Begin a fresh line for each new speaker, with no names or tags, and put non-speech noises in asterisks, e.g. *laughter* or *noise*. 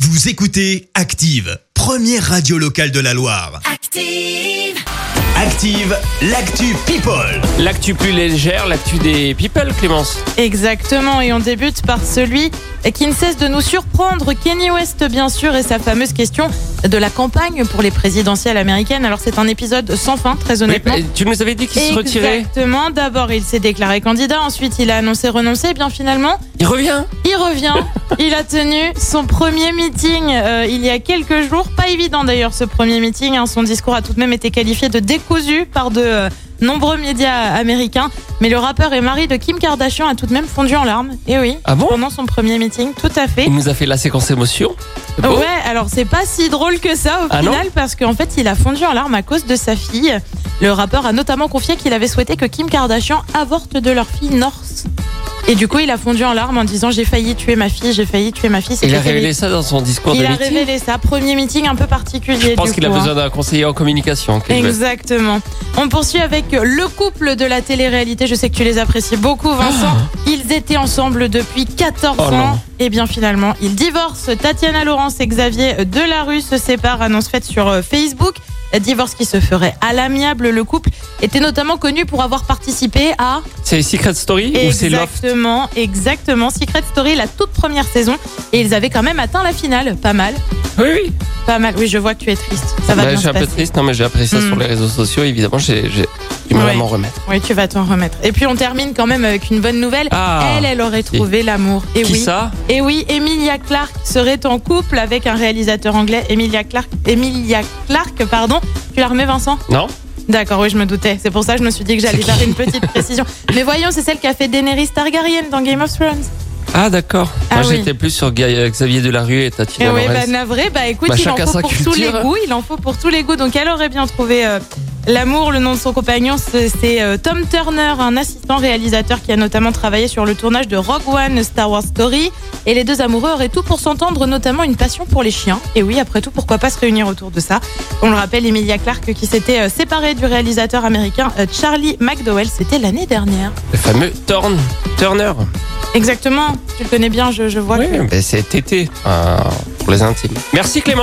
Vous écoutez Active, première radio locale de la Loire.
Active.
Active, l'actu People.
L'actu plus légère, l'actu des people, Clémence.
Exactement, et on débute par celui qui ne cesse de nous surprendre, Kenny West bien sûr, et sa fameuse question de la campagne pour les présidentielles américaines. Alors c'est un épisode sans fin, très honnêtement.
Oui, bah, tu nous avais dit qu'il se retirait.
Exactement, d'abord il s'est déclaré candidat, ensuite il a annoncé renoncer, et bien finalement
Il revient.
il revient, il a tenu son premier meeting euh, il y a quelques jours, pas évident d'ailleurs ce premier meeting, hein. son discours a tout de même été qualifié de décousu par de... euh, Nombreux médias américains, mais le rappeur et mari de Kim Kardashian a tout de même fondu en larmes. Et oui,
Ah bon
pendant son premier meeting, tout à fait.
Il nous a fait la séquence émotion. C'est beau.
Ouais, alors c'est pas si drôle que ça au
Oh. Ah non
final parce qu'en fait il a fondu en larmes à cause de sa fille. Le rappeur a notamment confié qu'il avait souhaité que Kim Kardashian avorte de leur fille North. Et du coup il a fondu en larmes en disant j'ai failli tuer ma fille, j'ai failli tuer ma fille.
Il a
C'était
révélé ça dans son discours de
terrible. Il a
meeting.
révélé ça, premier meeting un peu particulier.
Je pense
du
qu'il a
coup, hein.
besoin d'un conseiller en communication. Kenny West.
Exactement. On poursuit avec le couple de la télé-réalité. Je sais que tu les apprécies beaucoup, Vincent. Ils étaient ensemble depuis 14
Ah. Oh non.
ans. Et bien finalement, ils divorcent. Tatiana Laurence et Xavier Delarue se séparent. Annonce faite sur euh, Facebook. Divorce qui se ferait à l'amiable. Le couple était notamment connu pour avoir participé à
C'est Secret Story ou c'est Loft
exactement, exactement Secret Story, la toute première saison. Et ils avaient quand même atteint la finale. Pas mal,
Oui, oui.
pas mal. Oui, je vois que tu es triste. Ça va
Bah,
bien
je
se
suis un peu
passer.
triste. Non, mais j'ai appris ça
Hmm.
sur les réseaux sociaux. Évidemment, j'ai j'ai du mal à
Ouais.
m'en remettre.
Oui, tu vas t'en remettre. Et puis on termine quand même avec une bonne nouvelle.
Ah.
Elle, elle aurait trouvé l'amour. Et
Qui
oui.
ça
Et oui, Emilia Clarke serait en couple avec un réalisateur anglais, Emilia Clarke. Emilia Clarke, pardon. Tu la remets, Vincent
Non
D'accord, oui, je me doutais. C'est pour ça que je me suis dit que j'allais faire une
*laughs*
petite précision. Mais voyons, c'est celle qui a fait Daenerys Targaryen dans Game of Thrones.
Ah, d'accord.
Ah
Moi,
oui.
j'étais plus sur Guy- euh, Xavier Delarue et
Eh
Tatiana
oui,
Lorraine.
bah navré, bah écoute,
Bah,
il en
chacun
faut
sa
pour tous
culture.
les goûts, il en faut pour tous les goûts. Donc elle aurait bien trouvé euh, l'amour, le nom de son compagnon, c'est c'est, euh, Tom Turner, un assistant réalisateur qui a notamment travaillé sur le tournage de Rogue One, Star Wars Story. Et les deux amoureux auraient tout pour s'entendre, notamment une passion pour les chiens. Et oui, après tout, pourquoi pas se réunir autour de ça On le rappelle, Emilia Clarke qui s'était euh, séparée du réalisateur américain euh, Charlie McDowell, c'était l'année dernière.
Le fameux Torn, Turner.
Exactement, tu le connais bien, je, je vois.
Oui,
que-
bah, c'est Tété euh, pour les intimes. Merci Clément.